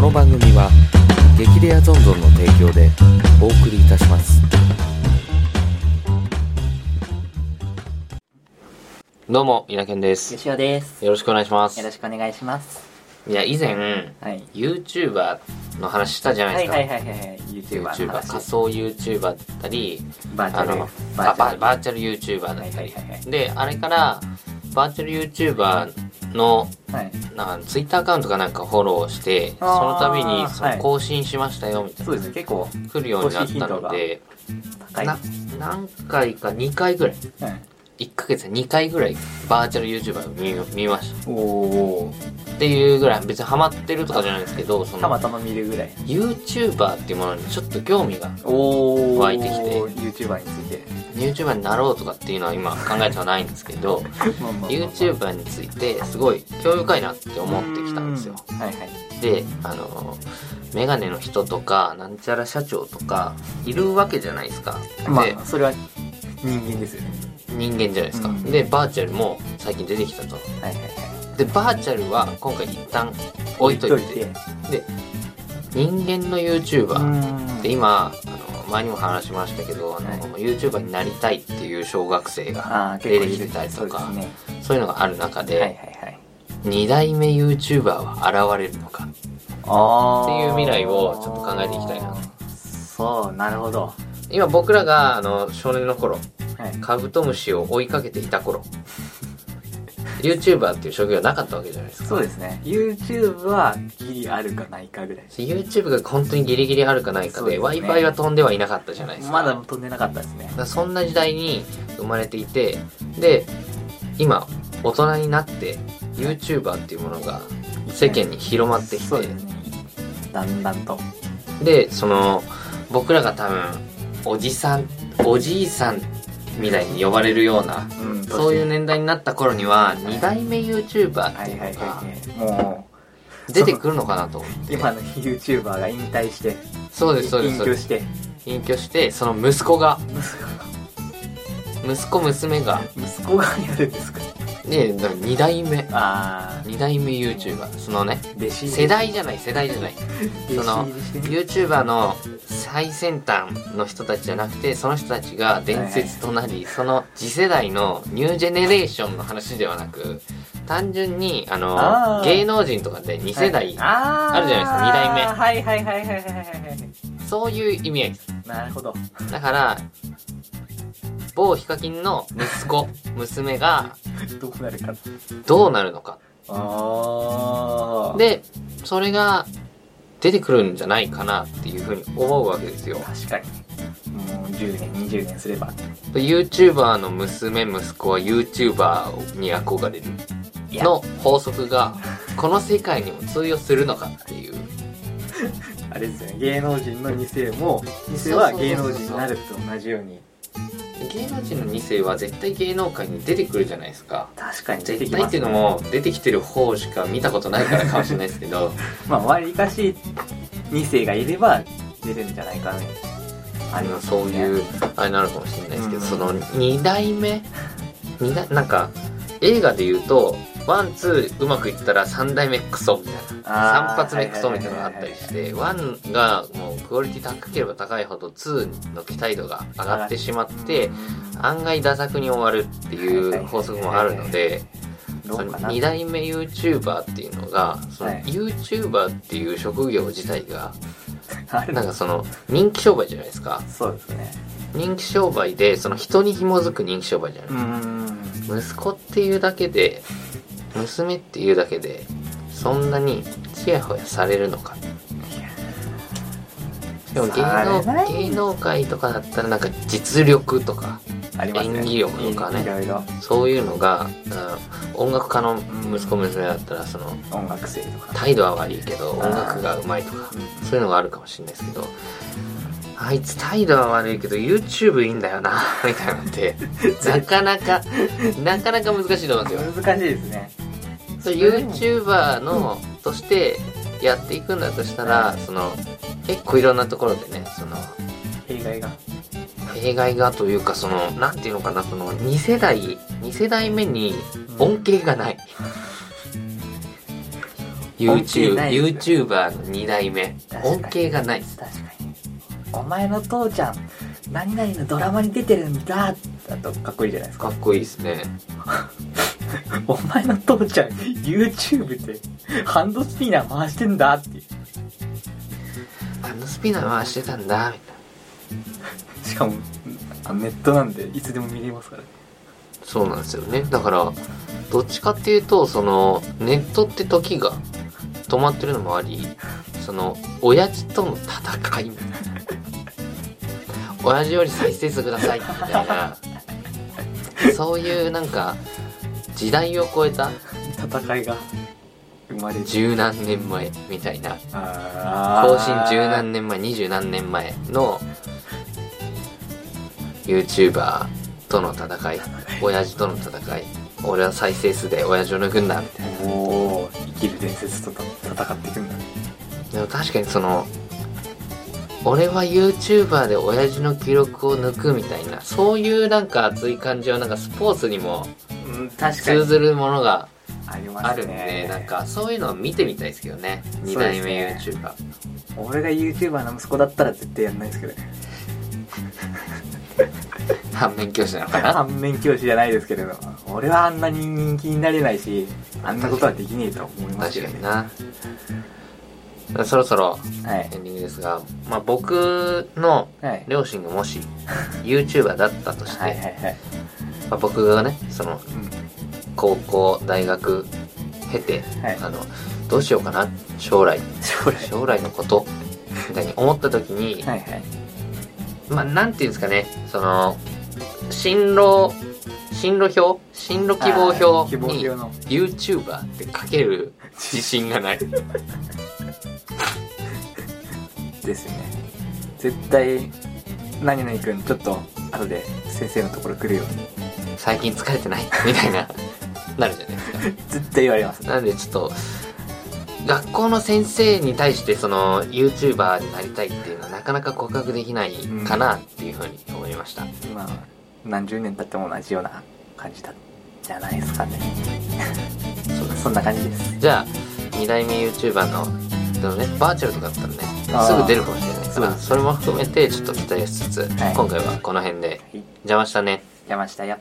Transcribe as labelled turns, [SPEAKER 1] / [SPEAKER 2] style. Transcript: [SPEAKER 1] の番組は激レアゾンゾンの提供でお送りいたしますどうも稲健です
[SPEAKER 2] よしおです。
[SPEAKER 1] よろしくお願いします
[SPEAKER 2] よろしくお願いします。
[SPEAKER 1] いや以前
[SPEAKER 2] はい。
[SPEAKER 1] YouTuber の話したじゃない
[SPEAKER 2] は
[SPEAKER 1] です
[SPEAKER 2] い
[SPEAKER 1] か、
[SPEAKER 2] はいはいはいはい。YouTuber の
[SPEAKER 1] YouTuber 仮
[SPEAKER 2] 話。
[SPEAKER 1] 想 YouTuber だったり
[SPEAKER 2] バーチ
[SPEAKER 1] あ
[SPEAKER 2] ャル
[SPEAKER 1] の。
[SPEAKER 2] バ
[SPEAKER 1] あ
[SPEAKER 2] ー
[SPEAKER 1] バ
[SPEAKER 2] チャル
[SPEAKER 1] バーチャル YouTuber だったり、
[SPEAKER 2] はいはいはいはい
[SPEAKER 1] であれからバーチャル YouTuber の
[SPEAKER 2] はい。
[SPEAKER 1] なんかツイッターアカウントかなんかフォローしてそ
[SPEAKER 2] あー
[SPEAKER 1] の度にその
[SPEAKER 2] はい
[SPEAKER 1] 更新しましたよみたい
[SPEAKER 2] そ
[SPEAKER 1] な、
[SPEAKER 2] うですね。結構
[SPEAKER 1] 来るようになったので、
[SPEAKER 2] 高い。
[SPEAKER 1] な何回か2回ぐらい1ヶ月2回ぐらいバーチャル YouTuber を見見まし
[SPEAKER 2] うん、お
[SPEAKER 1] たっていうぐらい別にハマってるとかじゃないんですけどそ
[SPEAKER 2] お。たま
[SPEAKER 1] の
[SPEAKER 2] たま見るぐらい。
[SPEAKER 1] YouTuber っていうものにちょっと興味が
[SPEAKER 2] お
[SPEAKER 1] 湧いてきて
[SPEAKER 2] YouTuber について。
[SPEAKER 1] YouTuber になろうとかっていうのは今考えてはないんですけど
[SPEAKER 2] まあまあまあまあ
[SPEAKER 1] YouTuber についてすごい興味深いなって思ってきたんですよ。
[SPEAKER 2] うんはいはい。
[SPEAKER 1] であのメガネの人とかなんちゃら社長とかいるわけじゃないですか。
[SPEAKER 2] ま
[SPEAKER 1] で
[SPEAKER 2] あ、それは人間ですよね。
[SPEAKER 1] 人間じゃないですか。
[SPEAKER 2] うん
[SPEAKER 1] でバーチャルも最近出てきたと。
[SPEAKER 2] はいはいはい。
[SPEAKER 1] でバーチャルは今回一旦置いといて
[SPEAKER 2] 置
[SPEAKER 1] で人間の
[SPEAKER 2] う
[SPEAKER 1] YouTuber
[SPEAKER 2] ん
[SPEAKER 1] で今あの前にも話しましたけどあの、
[SPEAKER 2] はい
[SPEAKER 1] YouTuber になりたいっていう小学生
[SPEAKER 2] あ
[SPEAKER 1] が
[SPEAKER 2] あ、結
[SPEAKER 1] 出
[SPEAKER 2] 構
[SPEAKER 1] て
[SPEAKER 2] い
[SPEAKER 1] き
[SPEAKER 2] る
[SPEAKER 1] てたりとか
[SPEAKER 2] そうですね。
[SPEAKER 1] そういうのがある中で、
[SPEAKER 2] はいはいはい。
[SPEAKER 1] 2代目 YouTuber は現れるのか
[SPEAKER 2] あ
[SPEAKER 1] ってい
[SPEAKER 2] ー
[SPEAKER 1] う未来をちょっと考えていきたいな
[SPEAKER 2] そうなるほど
[SPEAKER 1] 今僕らがあの少年の頃
[SPEAKER 2] はい
[SPEAKER 1] カブトムシを追いかけていた頃 YouTuber っていう職業はなかったわけじゃないですか
[SPEAKER 2] そうですね YouTube はギリあるかないかぐらい
[SPEAKER 1] YouTube が本当にギリギリあるかないか
[SPEAKER 2] そう
[SPEAKER 1] で
[SPEAKER 2] ですね
[SPEAKER 1] w i f i は飛んではいなかったじゃないですか
[SPEAKER 2] まだ飛んでなかったですね
[SPEAKER 1] だからそんな時代に生まれていてで今大人になって YouTuber っていうものが世間に広まってき
[SPEAKER 2] そう
[SPEAKER 1] て
[SPEAKER 2] ですねだんだんと
[SPEAKER 1] でその僕らが多分おじさんおじいさんみたいに呼ばれるような
[SPEAKER 2] うん
[SPEAKER 1] そういう
[SPEAKER 2] ね
[SPEAKER 1] 年代になった頃には2代目 YouTuber っ
[SPEAKER 2] は
[SPEAKER 1] てい
[SPEAKER 2] いうはい
[SPEAKER 1] のが
[SPEAKER 2] はいはいも
[SPEAKER 1] 出てくるのかなと思っ
[SPEAKER 2] う
[SPEAKER 1] て
[SPEAKER 2] 今の YouTuber が引退して
[SPEAKER 1] そうですそうです
[SPEAKER 2] 隠
[SPEAKER 1] そうで
[SPEAKER 2] 居
[SPEAKER 1] す
[SPEAKER 2] して
[SPEAKER 1] 隠居してその息子が息子娘が
[SPEAKER 2] 息子がやるんですか
[SPEAKER 1] ね2代目
[SPEAKER 2] あ
[SPEAKER 1] 2代目 YouTuber そのね
[SPEAKER 2] あ弟子
[SPEAKER 1] 世代じゃない世代じゃない
[SPEAKER 2] 弟
[SPEAKER 1] その
[SPEAKER 2] 子入りしてね
[SPEAKER 1] YouTuber の最先端の人たちじゃなくてその人たちが伝説となり、その次世代のニュージェネレーションの話ではなく単純にあの
[SPEAKER 2] あー
[SPEAKER 1] 芸能人とかで2世代、
[SPEAKER 2] はいあー
[SPEAKER 1] あるじゃないですか二代目
[SPEAKER 2] はいはいはいはいはいはいはい
[SPEAKER 1] そういう意味合いです
[SPEAKER 2] なるほど
[SPEAKER 1] だから某ヒカキンの息子娘が
[SPEAKER 2] どうなるか
[SPEAKER 1] どうなるのか
[SPEAKER 2] ああ
[SPEAKER 1] でそれが出てくるんじゃないかなっていうふうに思うわけですよ
[SPEAKER 2] 確かにもう10年20年すれば
[SPEAKER 1] で YouTuber の娘息子は YouTuber に憧れる
[SPEAKER 2] いや
[SPEAKER 1] の法則がこの世界にも通用するのかっていう
[SPEAKER 2] あれですよね芸能人の2世も2世
[SPEAKER 1] そう
[SPEAKER 2] は
[SPEAKER 1] そうそう
[SPEAKER 2] 芸
[SPEAKER 1] そう
[SPEAKER 2] 能人になると同じように
[SPEAKER 1] 芸能人の2世は絶対芸能界に出てくるじゃないですか
[SPEAKER 2] 確かに出て
[SPEAKER 1] 絶
[SPEAKER 2] き
[SPEAKER 1] 対
[SPEAKER 2] ま
[SPEAKER 1] って
[SPEAKER 2] す
[SPEAKER 1] いうのも出てきてる方しか見たことないからかもしれないですけ ど
[SPEAKER 2] まあわりかし2世がいれば出るんじゃないかね
[SPEAKER 1] あのそう
[SPEAKER 2] う
[SPEAKER 1] いうあれなのかもしれないですけど、
[SPEAKER 2] うん
[SPEAKER 1] その2代目二代なんか映画で言うとワンツーうまくいったら3代目クソみたいな3発目クソみたいなのがあったりして1がもうクオリティ高ければ高いほど2の期待度が上がってしまって案外打作に終わるっていう法則もあるので
[SPEAKER 2] どうかな
[SPEAKER 1] 2代目 YouTuber っていうのがその
[SPEAKER 2] はい
[SPEAKER 1] YouTuber っていう職業自体 が
[SPEAKER 2] ある
[SPEAKER 1] なんかその人気商売じゃないですか
[SPEAKER 2] そうですね
[SPEAKER 1] 人気商売でその人に紐づく人気商売じゃ
[SPEAKER 2] う
[SPEAKER 1] ない
[SPEAKER 2] ん
[SPEAKER 1] 息子っていうだけで娘っていうだけでそんなにちやほやされるのかでも芸
[SPEAKER 2] されな
[SPEAKER 1] 能
[SPEAKER 2] い
[SPEAKER 1] 芸能界とかだったらなんか実力とか
[SPEAKER 2] ありますね
[SPEAKER 1] 演技力とかね
[SPEAKER 2] いろいろ
[SPEAKER 1] そういうのが、うん音楽家の息子娘だったらその
[SPEAKER 2] 音楽性とか
[SPEAKER 1] 態度は悪いけど音楽がうまいとか
[SPEAKER 2] うん
[SPEAKER 1] そういうのがあるかもしれないですけどあいつ態度は悪いけど YouTube いいんだよなみたいなのっ てなかなかなかなか難しいと思うんですよ。
[SPEAKER 2] 難しいですね
[SPEAKER 1] それ YouTuber の、としてやっていくんだとしたら、その結構いろんなところでねその
[SPEAKER 2] 弊害が
[SPEAKER 1] 弊害がというかそのなんていうのかなその2世代2世代目に恩恵がない、
[SPEAKER 2] 恩恵ない
[SPEAKER 1] YouTube YouTuber の2代目
[SPEAKER 2] 確かに
[SPEAKER 1] 恩恵がない
[SPEAKER 2] 確かにお前の父ちゃん何々のドラマに出てるんだだとかっこいいじゃないですか
[SPEAKER 1] かっこいいですね
[SPEAKER 2] お前の父ちゃん YouTube でハンドスピナー回してんだっていう
[SPEAKER 1] あのスピナー回してたんだみたいな
[SPEAKER 2] しかもあネットなんでいつでも見れますからね
[SPEAKER 1] そうなんですよねだからどっちかっていうとそのネットって時が止まってるのもありその親父との戦いみたいな 親父より再生数くださいみたいなそういうなんか時代を超えた
[SPEAKER 2] 戦いが生まれる
[SPEAKER 1] 十何年前みたいな
[SPEAKER 2] あー
[SPEAKER 1] 更新十何年前二十何年前の YouTuber との戦い親父との戦い俺は再生数で親父を抜くんだみたい
[SPEAKER 2] おお生きる伝説と戦っていくんだ
[SPEAKER 1] なでも確かにその俺は YouTuber で親父の記録を抜くみたいなそういうなんか熱い感じはなんかスポーツにも
[SPEAKER 2] うん確
[SPEAKER 1] 通ずるものが
[SPEAKER 2] ありま
[SPEAKER 1] あ
[SPEAKER 2] す
[SPEAKER 1] るん
[SPEAKER 2] ね
[SPEAKER 1] で、なんかそういうのを見てみたいですけどね2代目
[SPEAKER 2] そう
[SPEAKER 1] YouTuber、
[SPEAKER 2] 俺が YouTuber の息子だったら絶対やんないですけどね
[SPEAKER 1] 反面教師なのかな
[SPEAKER 2] 反面教師じゃないですけれど俺はあんなに人気になれないしあんなことはできねえと思います
[SPEAKER 1] 確
[SPEAKER 2] よ
[SPEAKER 1] かに
[SPEAKER 2] ね
[SPEAKER 1] なそろそろ
[SPEAKER 2] はい
[SPEAKER 1] エンディングですが、まあ、僕の
[SPEAKER 2] はい
[SPEAKER 1] 両親がもし YouTuber だったとして、
[SPEAKER 2] はいはいはい
[SPEAKER 1] まあ、僕がねその
[SPEAKER 2] うん
[SPEAKER 1] 高校大学経て、
[SPEAKER 2] はい
[SPEAKER 1] あのどうしようかな将来
[SPEAKER 2] 将来
[SPEAKER 1] 将来のことみたいに思った時に、
[SPEAKER 2] はいはい
[SPEAKER 1] まあなんていうんですかねその進路進路表進路希望
[SPEAKER 2] あー
[SPEAKER 1] 表
[SPEAKER 2] 希望
[SPEAKER 1] に
[SPEAKER 2] 表の
[SPEAKER 1] YouTuber って書ける自信が ない
[SPEAKER 2] ですよね絶対何々くんちょっと後で先生のところ来るよ
[SPEAKER 1] 最近疲れてないみたいななるじゃないですか
[SPEAKER 2] 絶対言われます
[SPEAKER 1] なんでちょっと学校の先生に対してその YouTuber になりたいっていうのはなかなか告白できないかなっていうふうに思いました、
[SPEAKER 2] まあ何十年経っても同じような感じだじゃないですかね
[SPEAKER 1] そうで
[SPEAKER 2] そんな感じです
[SPEAKER 1] じゃあ2代目 YouTuber のでもねバーチャルとかだったらね
[SPEAKER 2] あ
[SPEAKER 1] す
[SPEAKER 2] ー
[SPEAKER 1] ぐ出るかもしれないか
[SPEAKER 2] そうで
[SPEAKER 1] ら
[SPEAKER 2] す
[SPEAKER 1] それも含めてちょっと期待しつつ、
[SPEAKER 2] はい
[SPEAKER 1] 今回はこの辺で
[SPEAKER 2] い
[SPEAKER 1] 邪魔したね
[SPEAKER 2] 山下やっ